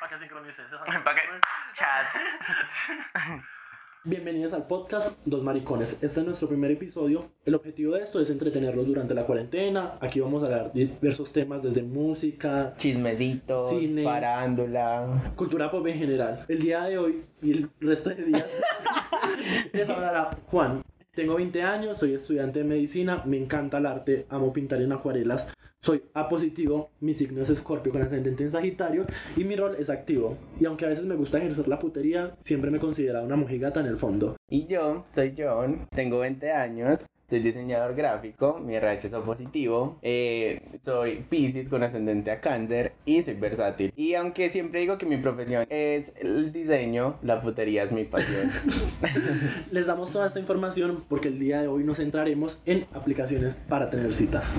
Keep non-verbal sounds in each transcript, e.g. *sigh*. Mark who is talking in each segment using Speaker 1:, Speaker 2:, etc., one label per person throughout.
Speaker 1: para que sincronices. Esa
Speaker 2: Pa' que- Chat.
Speaker 3: Bienvenidos al podcast Dos Maricones. Este es nuestro primer episodio. El objetivo de esto es entretenerlos durante la cuarentena. Aquí vamos a hablar diversos temas desde música,
Speaker 4: Chismecito,
Speaker 3: Cine.
Speaker 4: parándula.
Speaker 3: cultura pop en general. El día de hoy y el resto de días les hablará Juan. Tengo 20 años, soy estudiante de medicina, me encanta el arte, amo pintar en acuarelas, soy A positivo, mi signo es escorpio con ascendente en Sagitario y mi rol es activo. Y aunque a veces me gusta ejercer la putería, siempre me he considerado una mojigata en el fondo.
Speaker 4: Y yo soy John, tengo 20 años, soy diseñador gráfico, mi RH es O positivo, eh, soy Pisces con ascendente a cáncer y soy versátil. Y aunque siempre digo que mi profesión es el diseño, la putería es mi pasión.
Speaker 3: Les damos toda esta información porque el día de hoy nos centraremos en aplicaciones para tener citas.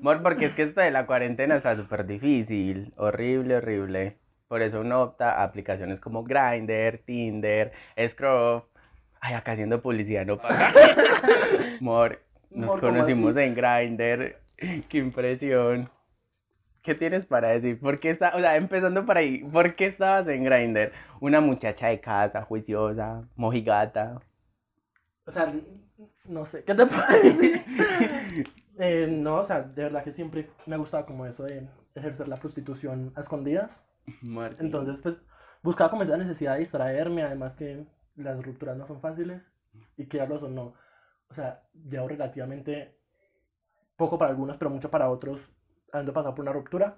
Speaker 4: Mor, porque es que esto de la cuarentena está súper difícil, horrible, horrible. Por eso uno opta a aplicaciones como Grindr, Tinder, Scrub. Ay, acá haciendo publicidad no *laughs* paga. Mor, nos
Speaker 3: Mor, ¿cómo
Speaker 4: conocimos en Grindr. *laughs* Qué impresión. ¿Qué tienes para decir? ¿Por qué esta- o sea, empezando por ahí, ¿por qué estabas en Grindr? Una muchacha de casa, juiciosa, mojigata.
Speaker 3: O sea, no sé, ¿qué te *laughs* puedo decir? Eh, no, o sea, de verdad que siempre me ha gustado como eso de ejercer la prostitución a escondidas.
Speaker 4: Mor, sí.
Speaker 3: Entonces, pues, buscaba como esa necesidad de distraerme, además que las rupturas no son fáciles y que ya lo son, no. O sea, llevo relativamente poco para algunos, pero mucho para otros, habiendo pasado por una ruptura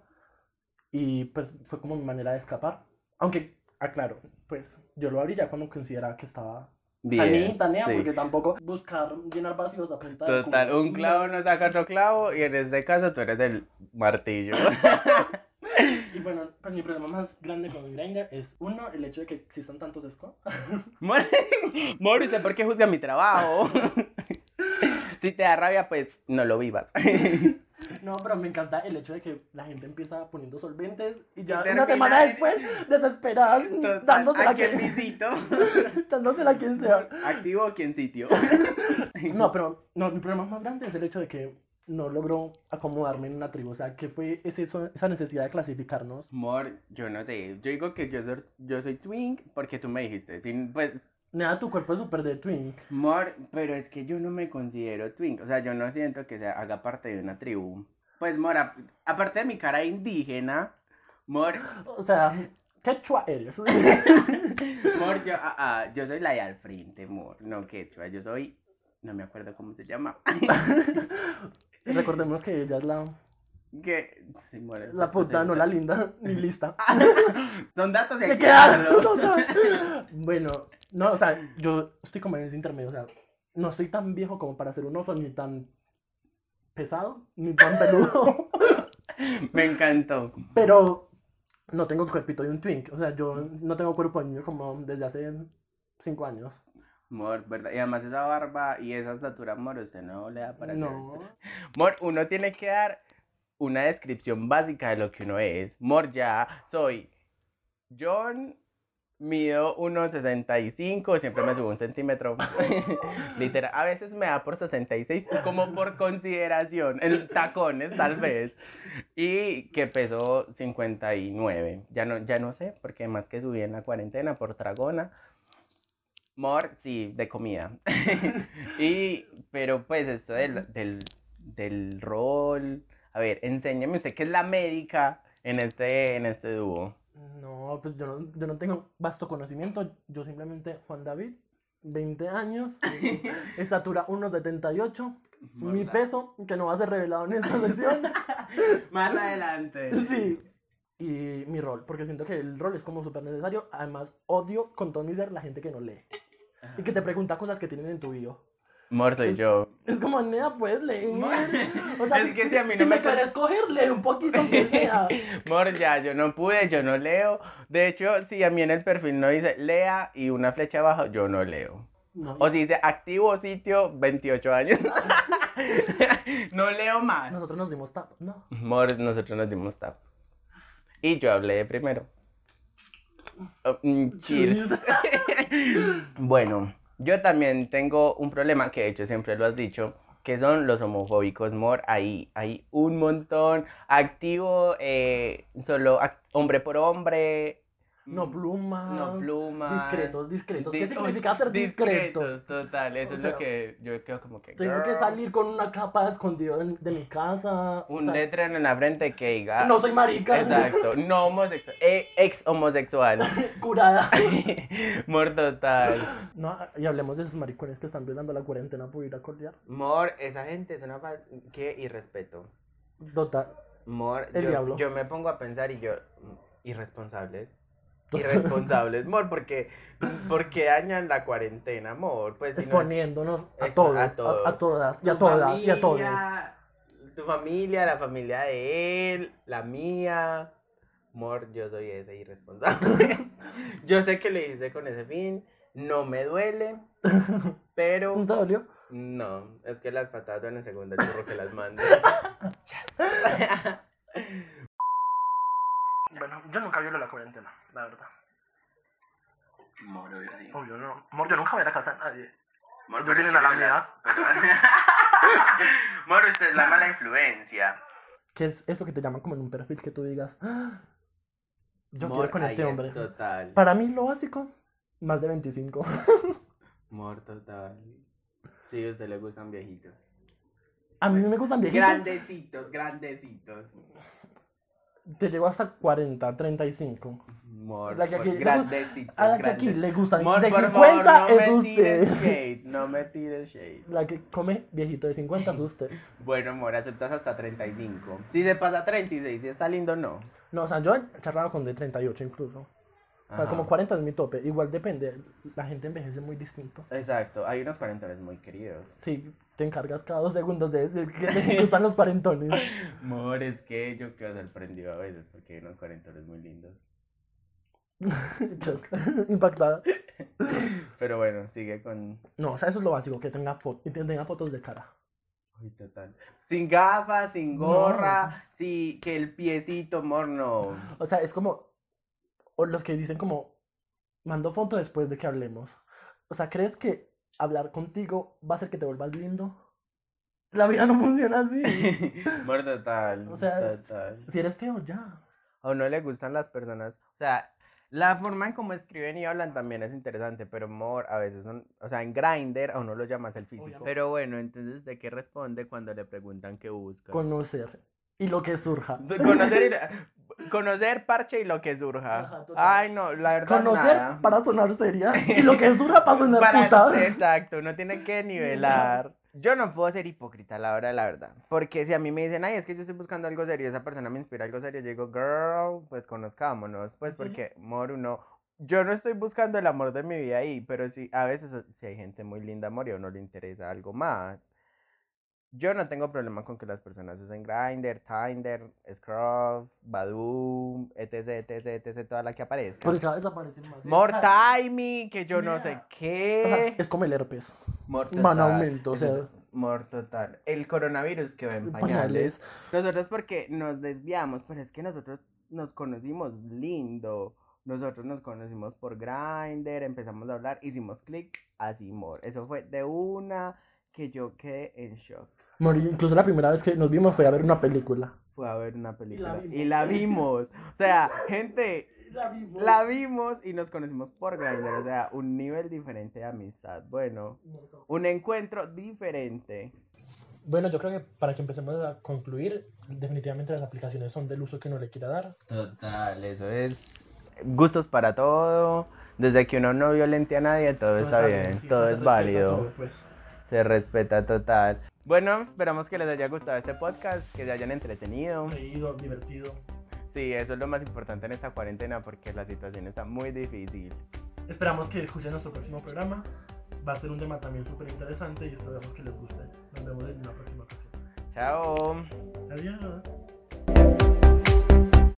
Speaker 3: y pues fue como mi manera de escapar. Aunque, aclaro, pues yo lo abrí ya cuando consideraba que estaba
Speaker 4: Bien,
Speaker 3: sanita, nea,
Speaker 4: sí.
Speaker 3: porque tampoco buscar llenar vacíos a punta de
Speaker 4: Total,
Speaker 3: culo.
Speaker 4: un clavo no saca otro clavo y en este caso tú eres el martillo.
Speaker 3: Y bueno, pues mi problema más grande con Grindr es, uno, el hecho de que existan tantos escos.
Speaker 4: Mor- Mor, ¿usted por qué juzga mi trabajo? si te da rabia, pues no lo vivas.
Speaker 3: No, pero me encanta el hecho de que la gente empieza poniendo solventes y ya
Speaker 4: Y
Speaker 3: una
Speaker 4: termina-
Speaker 3: semana después, desesperadas, dándosela a, quien,
Speaker 4: visito.
Speaker 3: *laughs* dándosela a quien sea.
Speaker 4: Activo o quien sitio.
Speaker 3: No, pero no, mi problema más grande es el hecho de que no logro acomodarme en una tribu. O sea, que fue ese- esa necesidad de clasificarnos.
Speaker 4: Mor, yo no sé. Yo digo que yo soy, yo soy twink porque tú me dijiste. Sin, pues,
Speaker 3: Nada, tu cuerpo es súper de twin.
Speaker 4: Mor, pero es que yo no me considero twink. O sea, yo no siento que sea, haga parte de una tribu. Pues, Mor, a- aparte de mi cara indígena, Mor,
Speaker 3: O sea, qué chua eres. *laughs*
Speaker 4: Mor, yo, ah, ah, yo soy la de al frente, Mor. No, quechua, yo soy. No me acuerdo cómo se llama. *laughs*
Speaker 3: Recordemos que ella es la,
Speaker 4: que. sí, Mor,
Speaker 3: la
Speaker 4: pues,
Speaker 3: puta,
Speaker 4: pues,
Speaker 3: no la linda, ni lista.
Speaker 4: Son datos
Speaker 3: Me quedaron, *laughs*
Speaker 4: externos.
Speaker 3: o sea, bueno, no, o sea, yo estoy como en ese intermedio, o sea, no estoy tan viejo como para ser un oso, ni tan pesado, ni tan peludo, *laughs*
Speaker 4: Me encantó.
Speaker 3: pero no tengo el cuerpito de un twink, o sea, yo no tengo cuerpo de niño como desde hace cinco años.
Speaker 4: Mor, ¿verdad? Y además esa barba y esa estatura, Mor, usted no le da para ser
Speaker 3: No,
Speaker 4: Mor, uno tiene que dar una descripción básica de lo que uno es. Mor, ya soy John, mido 1,65, siempre me subo un centímetro. *laughs* Literal, a veces me da por 66, como por consideración, en tacones tal vez. Y que peso 59. Ya no, ya no sé, porque más que subí en la cuarentena por tragona. Mor, sí, de comida. *laughs* y, pero pues esto del, del, del rol. A ver, enséñame usted qué es la médica en este, en este dúo.
Speaker 3: no, pues yo no, yo no tengo vasto conocimiento, yo simplemente Juan David, 20
Speaker 4: *laughs*
Speaker 3: años, estatura 1,78, mi peso, que no va a ser revelado en esta sesión.
Speaker 4: Más adelante.
Speaker 3: *laughs* Sí. Y mi rol, porque siento que el rol es como súper necesario. Además, odio con todo mi ser la gente que no lee. Y
Speaker 4: Ah.
Speaker 3: que te pregunta cosas que tienen en tu bio.
Speaker 4: Mor soy yo.
Speaker 3: Es como, nea, puedes leer. O sea,
Speaker 4: *laughs* Es que si a mí no
Speaker 3: me,
Speaker 4: me-
Speaker 3: quieres coger, lee un poquito
Speaker 4: *laughs*
Speaker 3: aunque sea.
Speaker 4: Mor, ya, yo no pude, yo no leo. De hecho, si a mí en el perfil no dice lea y una flecha abajo, yo no leo.
Speaker 3: No.
Speaker 4: O si dice activo sitio, 28 años. *laughs* no leo más.
Speaker 3: Nosotros nos dimos tap. No.
Speaker 4: Mor, nosotros nos dimos tap. Y yo hablé primero. Oh, mm, cheers. Bueno, yo también tengo un problema que de hecho siempre lo has dicho, que son los homofóbicos, Mor. Hay, hay un montón activo, eh, solo ac- hombre por hombre.
Speaker 3: *laughs* No plumas.
Speaker 4: No plumas.
Speaker 3: Discretos, discretos. ¿Qué
Speaker 4: Dis-
Speaker 3: significa ser discreto?
Speaker 4: discretos, Total, eso
Speaker 3: O
Speaker 4: es
Speaker 3: sea,
Speaker 4: lo que yo creo como que...
Speaker 3: Tengo que
Speaker 4: girl,
Speaker 3: salir con una capa escondida de, de mi casa. o
Speaker 4: Un
Speaker 3: sea,
Speaker 4: letrero en la frente que diga...
Speaker 3: No soy marica.
Speaker 4: Exacto, no homosexual, ex homosexual.
Speaker 3: *laughs*
Speaker 4: *laughs*
Speaker 3: Curada.
Speaker 4: Mor total.
Speaker 3: No, y hablemos de esos maricones que están violando la cuarentena por ir a correar.
Speaker 4: Mor, esa gente es una... fa- Qué irrespeto.
Speaker 3: Total.
Speaker 4: Mor,
Speaker 3: El
Speaker 4: yo,
Speaker 3: diablo.
Speaker 4: yo me pongo a pensar y yo, mm,
Speaker 3: *laughs*
Speaker 4: irresponsables.
Speaker 3: Entonces- *laughs*
Speaker 4: Irresponsables, Mor, porque, porque dañan la cuarentena, Mor. Pues, si no es-
Speaker 3: exponiéndonos a
Speaker 4: Expo-
Speaker 3: todos,
Speaker 4: a
Speaker 3: a,
Speaker 4: todos.
Speaker 3: a todas, y a
Speaker 4: tu
Speaker 3: todas, y a todos.
Speaker 4: familia, Tu familia, la familia de él, la mía. Mor, yo soy ese irresponsable. *laughs* yo sé que lo hice con ese fin, no me duele,
Speaker 3: *laughs*
Speaker 4: pero
Speaker 3: ¿Te dolió?
Speaker 4: no, es que las patatas en el segundo churro que las mando.
Speaker 3: Bueno, yo nunca violo la cuarentena, la verdad.
Speaker 1: Moro, yo sí.
Speaker 3: Obvio, no. Amor, yo nunca voy a la casa de nadie.
Speaker 1: Moro,
Speaker 3: Yo vine a la mía.
Speaker 1: pero- *laughs* Moro, usted es la mala influencia.
Speaker 3: ¿Qué es, es lo que te llaman como en un perfil que tú digas? "Ah, Yo
Speaker 4: Mor,
Speaker 3: quiero con
Speaker 4: ahí
Speaker 3: este
Speaker 4: es
Speaker 3: hombre.
Speaker 4: total.
Speaker 3: Para mí lo básico, más de 25.
Speaker 4: Mor, total. Sí, a usted le gustan viejitos.
Speaker 3: A mí me gustan viejitos.
Speaker 4: Grandecitos, grandecitos.
Speaker 3: Te llego hasta 40, 35.
Speaker 4: Mor,
Speaker 3: La que
Speaker 4: por
Speaker 3: aquí-
Speaker 4: grandecitos.
Speaker 3: A la que aquí
Speaker 4: grandecitos.
Speaker 3: le gustan
Speaker 4: Mor,
Speaker 3: de
Speaker 4: Pues por
Speaker 3: 50
Speaker 4: favor, no
Speaker 3: es
Speaker 4: me
Speaker 3: usted. *laughs*
Speaker 4: tires shade, no me tires shade.
Speaker 3: La que come viejito de 50 es usted.
Speaker 4: Bueno, amor, aceptas hasta 35. Si se pasa 36, si está lindo, no.
Speaker 3: No, o sea, yo he charlado con de 38 incluso. O sea,
Speaker 4: Ajá.
Speaker 3: como 40 es mi tope. Igual depende. La gente envejece muy distinto.
Speaker 4: Exacto, hay unos cuarentones muy queridos.
Speaker 3: Sí, te encargas cada dos segundos de decir que te gustan los parentones.
Speaker 4: Amor, es que yo quedo sorprendido a veces porque hay unos cuarentones muy lindos.
Speaker 3: Yo, *laughs* Impactada.
Speaker 4: Pero bueno, sigue con.
Speaker 3: No, o sea, eso es lo básico, que tenga, fo- que tenga fotos de cara.
Speaker 4: Uy, total. Sin gafas, sin
Speaker 3: No.
Speaker 4: gorra, sí, que el piecito, amor, *laughs* no.
Speaker 3: O sea, es como... O los que dicen como, mando foto después de que hablemos. O sea, ¿crees que hablar contigo va a hacer que te vuelvas lindo? La vida no funciona así.
Speaker 4: *laughs* Amor, total.
Speaker 3: O sea, es-
Speaker 4: total.
Speaker 3: si eres feo, ya.
Speaker 4: o no le gustan las personas. O sea, la forma en cómo escriben y hablan también es interesante, pero amor, a veces son, o sea, en Grindr a uno lo llamas el físico.
Speaker 3: Obviamente.
Speaker 4: Pero bueno, entonces, ¿de qué responde cuando le preguntan qué busca?
Speaker 3: Conocer. Y lo que surja.
Speaker 4: De Conocer, y- conocer, parche y lo que surja.
Speaker 3: Ajá, total.
Speaker 4: Ay, no, la verdad.
Speaker 3: Conocer
Speaker 4: nada.
Speaker 3: para sonar
Speaker 4: *laughs*
Speaker 3: seria. Y lo que surja para sonar
Speaker 4: Para-
Speaker 3: puta.
Speaker 4: Exacto, no tiene que nivelar. Yo no puedo ser hipócrita a la hora de la verdad. Porque si a mí me dicen, ay, es que yo estoy buscando algo serio, esa persona me inspira algo serio, yo digo, girl, pues conozcámonos. Pues
Speaker 3: Ujú.
Speaker 4: porque, amor, uno. Yo no estoy buscando el amor de mi vida ahí, pero sí, a veces o- si hay gente muy linda, amor, y a uno le interesa algo más. Yo no tengo problema con que las personas usen Grindr, Tinder, Scruff, Badoo, etc, etc, etc, toda la que aparezca.
Speaker 3: Porque cada vez aparecen más. *laughs*
Speaker 4: More
Speaker 3: O sea,
Speaker 4: timing, que yo no sé
Speaker 3: Mira.
Speaker 4: qué.
Speaker 3: o sea, es como el herpes.
Speaker 4: Mor
Speaker 3: Van
Speaker 4: total,
Speaker 3: aumento, o
Speaker 4: eso
Speaker 3: sea. Pues
Speaker 4: es mor total. El coronavirus quedó en pañales.
Speaker 3: Pañales.
Speaker 4: Nosotros porque nos desviamos, pero es que nosotros nos conocimos lindo. Nosotros nos conocimos por Grindr, empezamos a hablar, hicimos clic, así mor. Eso fue de una que yo quedé en shock.
Speaker 3: Morí, incluso la primera vez que nos vimos fue a ver una película.
Speaker 4: Fue a ver una película.
Speaker 3: vimos.
Speaker 4: Y la vimos. O sea, gente,
Speaker 3: La vimos.
Speaker 4: la vimos y nos conocimos por Grindr. O sea, un nivel diferente de amistad. Bueno, un encuentro diferente.
Speaker 3: Bueno, yo creo que para que empecemos a concluir, definitivamente las aplicaciones son del uso que uno le quiera dar.
Speaker 4: Total, eso es. Gustos para todo. Desde que uno no violente a nadie, todo, está, bien,
Speaker 3: sí,
Speaker 4: todo
Speaker 3: se
Speaker 4: es
Speaker 3: respeta
Speaker 4: válido.
Speaker 3: todo, pues.
Speaker 4: Se respeta total. Bueno, esperamos que les haya gustado este podcast, que se hayan entretenido.
Speaker 3: Reído, divertido.
Speaker 4: Sí, eso es lo más importante en esta cuarentena porque la situación está muy difícil.
Speaker 3: Esperamos que escuchen nuestro próximo programa. Va a ser un tema también súper interesante y esperamos que les guste. Nos vemos en una próxima ocasión.
Speaker 4: Chao.
Speaker 3: Adiós.